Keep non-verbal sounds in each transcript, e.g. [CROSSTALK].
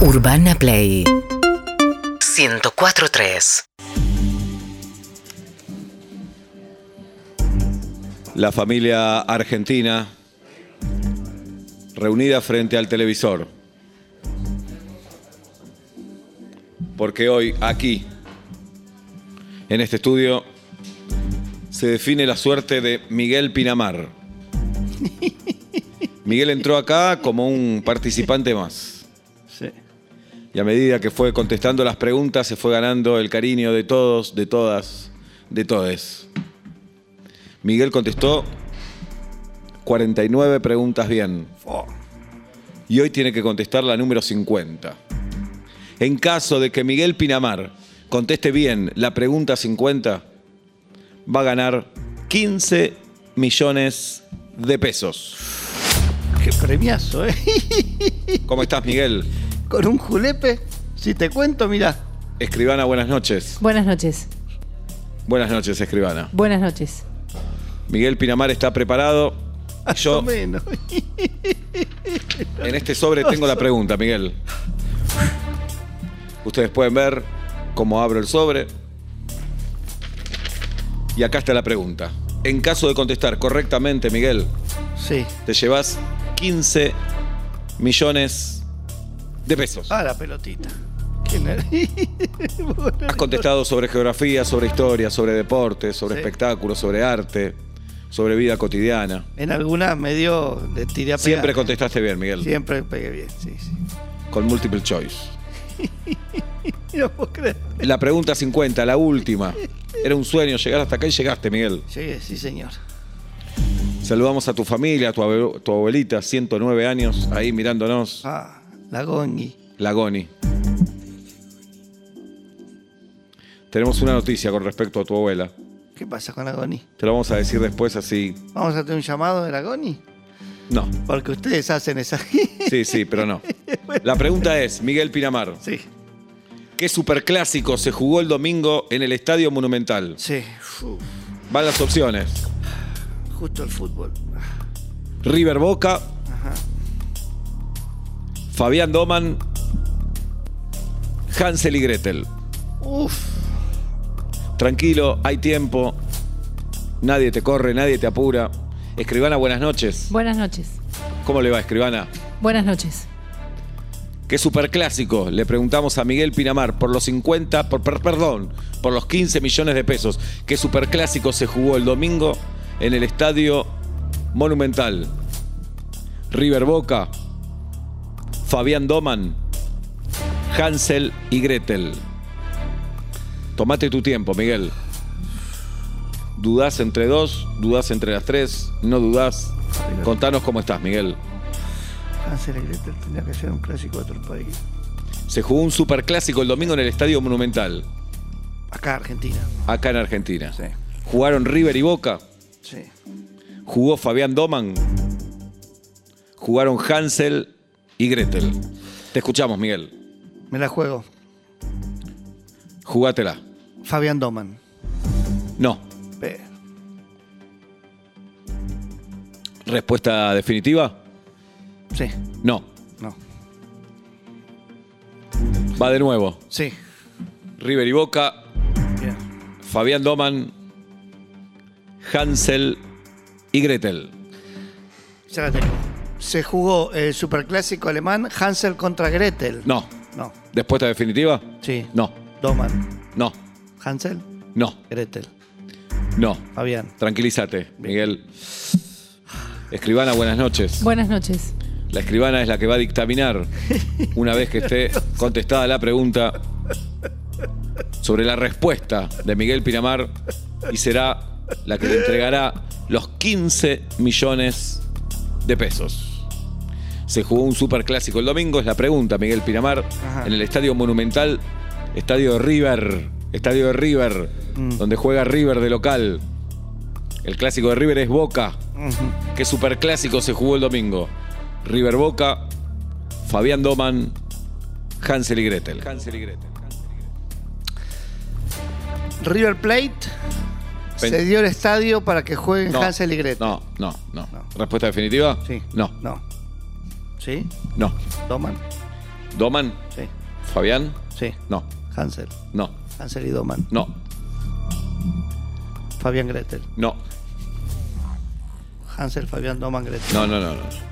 Urbana Play 104.3 la familia argentina reunida frente al televisor. Porque hoy, aquí, en este estudio, se define la suerte de Miguel Pinamar. Miguel entró acá como un participante más. Sí. Y a medida que fue contestando las preguntas, se fue ganando el cariño de todos, de todas, de todes. Miguel contestó 49 preguntas bien. Y hoy tiene que contestar la número 50. En caso de que Miguel Pinamar conteste bien la pregunta 50, va a ganar 15 millones de pesos. Qué premiazo, ¿eh? [LAUGHS] ¿Cómo estás, Miguel? Con un julepe, si te cuento, mirá. Escribana, buenas noches. Buenas noches. Buenas noches, Escribana. Buenas noches. Miguel Pinamar está preparado. Más Yo o menos. En este sobre tengo la pregunta, Miguel. Ustedes pueden ver cómo abro el sobre. Y acá está la pregunta. En caso de contestar correctamente, Miguel, [LAUGHS] Sí. te llevas 15 millones de pesos. Ah, la pelotita. ¿Quién era? Has contestado sobre geografía, sobre historia, sobre deporte, sobre Sí. espectáculos, sobre arte, sobre vida cotidiana. [LAUGHS] En alguna me dio, le tiré a pegar. Siempre contestaste bien, Miguel. Siempre pegué bien, sí, sí. [LAUGHS] Con multiple choice. No puedo creer. La pregunta 50, la última. Era un sueño llegar hasta acá y llegaste, Miguel. Llegué, sí, señor. Saludamos a tu familia, a tu, abue- tu abuelita, 109 años, ahí mirándonos, Ah, la Gongi. la Goni. Tenemos una noticia con respecto a tu abuela. ¿Qué pasa con la Goni? Te lo vamos a decir después así. ¿Vamos a tener un llamado de la Goni? No, Porque ustedes hacen esa. [LAUGHS] sí, sí, pero no. La pregunta es, Miguel Pinamar, sí, ¿qué superclásico se jugó el domingo en el Estadio Monumental? sí. Uf, Van las opciones. justo el fútbol. River Boca, Fabián Doman, Hansel y Gretel. Uf. Tranquilo, hay tiempo. Nadie te corre, nadie te apura. Escribana, buenas noches. Buenas noches. ¿Cómo le va, Escribana? Buenas noches. ¿Qué superclásico? Le preguntamos a Miguel Pinamar por los 50, por, per- perdón, por los 15 millones de pesos. ¿Qué superclásico se jugó el domingo en el Estadio Monumental? River Boca, Fabián Doman, Hansel y Gretel. Tomate tu tiempo, Miguel. Dudás entre dos, dudás entre las tres, no dudás. Contanos cómo estás, Miguel. Hansel y Gretel tendría que ser un clásico de otro país. Se jugó un superclásico el domingo en el Estadio Monumental, Acá, Argentina. acá en Argentina. Sí. Jugaron River y Boca, Sí. jugó Fabián Doman, jugaron Hansel y Gretel. Te escuchamos, Miguel. Me la juego. Jugátela. Fabián Doman. No. Pe- ¿Respuesta definitiva? Sí. No. No. Va de nuevo. Sí. River y Boca, Bien. Fabián Doman, Hansel y Gretel. Ya la tengo. Se jugó el superclásico alemán Hansel contra Gretel. No. No. ¿Respuesta definitiva? Sí. No. Doman. No. Hansel. No. Gretel. No. Fabián. Tranquilízate, Miguel. Escribana, buenas noches. Buenas noches. La escribana es la que va a dictaminar una vez que esté contestada la pregunta sobre la respuesta de Miguel Pinamar y será la que le entregará los 15 millones de pesos. Se jugó un superclásico el domingo, es la pregunta, Miguel Pinamar, Ajá. en el Estadio Monumental, Estadio de River, Estadio de River, Mm. donde juega River de local. El clásico de River es Boca. Ujú. ¿Qué superclásico se jugó el domingo? River Boca, Fabián Doman, Hansel y Gretel. River Plate Pen- se dio el estadio para que jueguen No, Hansel y Gretel. No, no, no, No. ¿Respuesta definitiva? Sí. No, No. ¿Sí? no. Doman. Doman, Sí, Fabián. sí. No, Hansel. no, Hansel y Doman. no, Fabián Gretel. no, Hansel, Fabián, Doman, Gretel. no, no, no. no.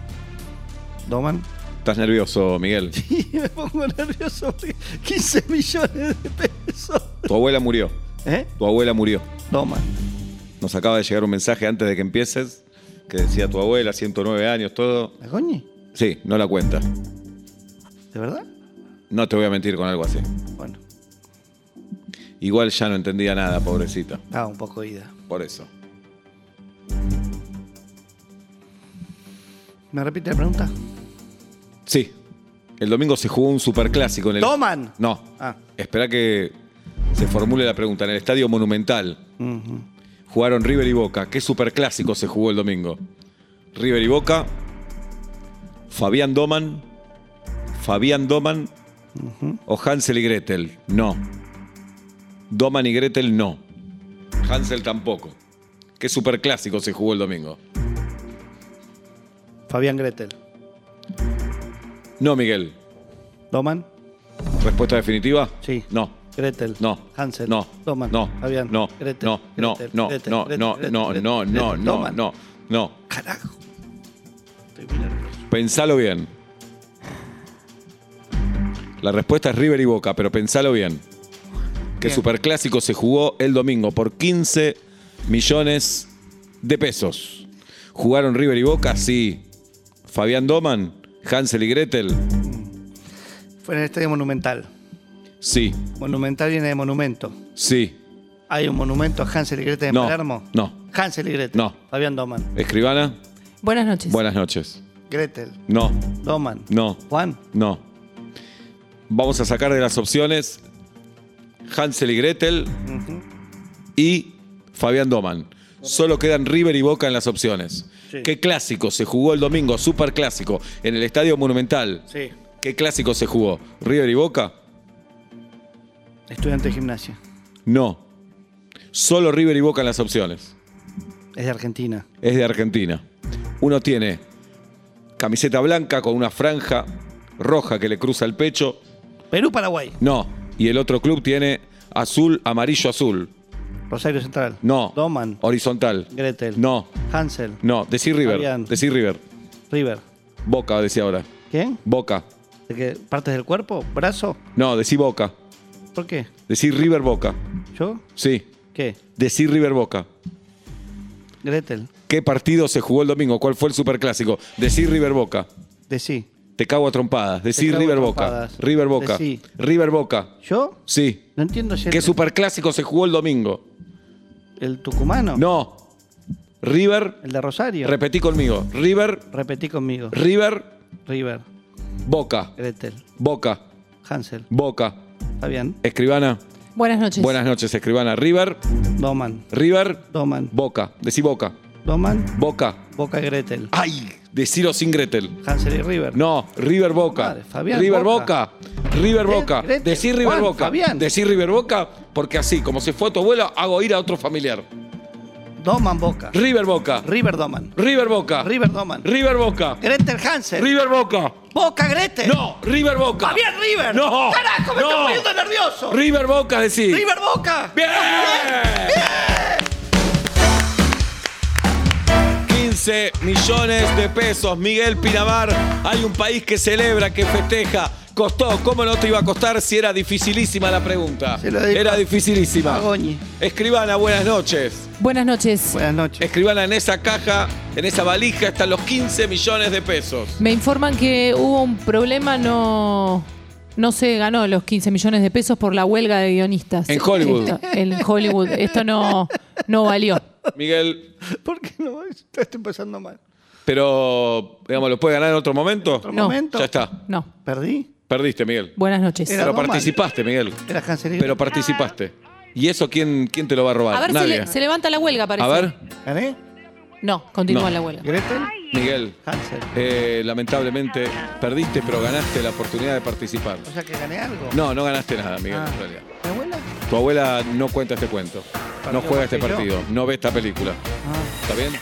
Doman. Estás nervioso, Miguel. [LAUGHS] Y me pongo nervioso porque 15 millones de pesos. Tu abuela murió. ¿Eh? Tu abuela murió. Doman. Nos acaba de llegar un mensaje antes de que empieces que decía tu abuela, 109 años, todo. ¿La coñi? Sí, no la cuenta. ¿De verdad? No te voy a mentir con algo así. Bueno, Igual ya no entendía nada, pobrecita. estaba un poco ida. Por eso. ¿Me repite la pregunta? Sí. El domingo se jugó un superclásico en el. ¡Doman! No. Ah. Espera que se formule la pregunta. En el Estadio Monumental Ujú. jugaron River y Boca. ¿Qué superclásico se jugó el domingo? River y Boca. Fabián Doman. Fabián Doman. O Hansel y Gretel. No. Doman y Gretel no. Hansel tampoco. ¿Qué superclásico se jugó el domingo? Fabián Gretel. No, Miguel. ¿Doman? ¿Respuesta definitiva? Sí. No. Gretel. No. Hansel. No. Doman. No. Fabián. No. Gretel. No. No. Gretel, No. Gretel, No. Gretel, No. Gretel, No. Gretel, No. No. Gretel, No. Doman. No. No. Carajo. Estoy muy nervioso. Pensalo bien. La respuesta es River y Boca, pero pensalo bien. Que Bien. Superclásico se jugó el domingo por 15 millones de pesos. ¿Jugaron River y Boca? Sí. Fabián Doman, Hansel y Gretel, Fue en el Estadio Monumental. sí. Monumental viene de monumento. Sí. ¿Hay un monumento a Hansel y Gretel en No, Palermo? no. Hansel y Gretel. No. Fabián Doman. Escribana, Buenas noches. buenas noches. Gretel. No, Doman. no, Juan. No. Vamos a sacar de las opciones Hansel y Gretel y Fabián Doman. Solo quedan River y Boca en las opciones. Sí. ¿Qué clásico se jugó el domingo? Super clásico. En el Estadio Monumental. Sí. ¿Qué clásico se jugó? ¿River y Boca? Estudiante de gimnasia. No. Solo River y Boca en las opciones. Es de Argentina. es de Argentina. Uno tiene camiseta blanca con una franja roja que le cruza el pecho. Perú-Paraguay. No. Y el otro club tiene azul, amarillo, azul. Rosario Central. No. Doman. Horizontal. Gretel. No. Hansel. No. Decir River. Fabián. Decir River. River. Boca, decía ahora. ¿Quién? Boca. ¿De qué? ¿Partes del cuerpo? ¿Brazo? No, decí Boca. ¿Por qué? Decir River Boca. ¿Yo? Sí. ¿Qué? Decir River Boca. Gretel. ¿Qué partido se jugó el domingo? ¿Cuál fue el superclásico? Decir River Boca. Decí. Te cago a trompadas. Decí cago a River Boca. trompadas. River Boca. Decí. River Boca. ¿Yo? Sí. No entiendo si ¿Qué el, superclásico se jugó el domingo? el tucumano. No. River, El de Rosario. repetí conmigo. River, Repetí conmigo. River, River. Boca, Gretel. Boca, Hansel. Boca. Fabián. Escribana, Buenas noches. buenas noches, escribana. River, Doman. River, Doman. Boca. Decí Boca, Doman. Boca. Boca Gretel. ¡Ay! Decilo sin Gretel. Hansel y River. No, River Boca. Madre, Fabián, River Boca. Boca. River Gre- Boca. Gretel, Decí River Juan, Boca. Fabián. Decí River Boca porque así, como se fue tu abuelo, hago ir a otro familiar. Doman Boca. River Boca. River Doman. River Boca. River Doman. River Boca. Gretel Hansel. River Boca. Boca Gretel. No, River Boca. Eh. Fabián River. No. Carajo, me no. estoy poniendo nervioso. River Boca, decí. River Boca. ¡Bien! 15 millones de pesos. Miguel Pinamar, hay un país que celebra, que festeja. Costó, ¿cómo no te iba a costar si era dificilísima la pregunta? Se lo digo. Era dificilísima. Agoñi. Escribana, buenas noches. Buenas noches. Buenas noches. Escribana, en esa caja, en esa valija están los 15 millones de pesos. Me informan que hubo un problema, no, no se ganó los 15 millones de pesos por la huelga de guionistas. En Hollywood. Esto- en Hollywood. Esto no, no valió. Miguel, [LAUGHS] ¿Por qué no? Estoy estoy empezando mal. pero, digamos, ¿lo puede ganar en otro momento? Otro No. momento. Ya está. No. Perdí. Perdiste, Miguel. Buenas noches. Era- Pero Doman. participaste, Miguel. Era Hansel y Pero participaste. ¿Y eso quién, quién te lo va a robar? A ver, se, Nadie. le- se levanta la huelga, parece. a ver, ¿Gané? No, continúa No. la huelga. Gretel. Miguel, Hansel. eh, lamentablemente perdiste, pero ganaste la oportunidad de participar. O sea que gané algo. No, no ganaste nada, Miguel, Ah. en realidad. ¿Mi abuela? Tu abuela no cuenta este cuento. No Partió juega este más que yo. partido. No ve esta película. Ah. ¿Está bien?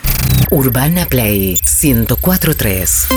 Urbana Play 1043.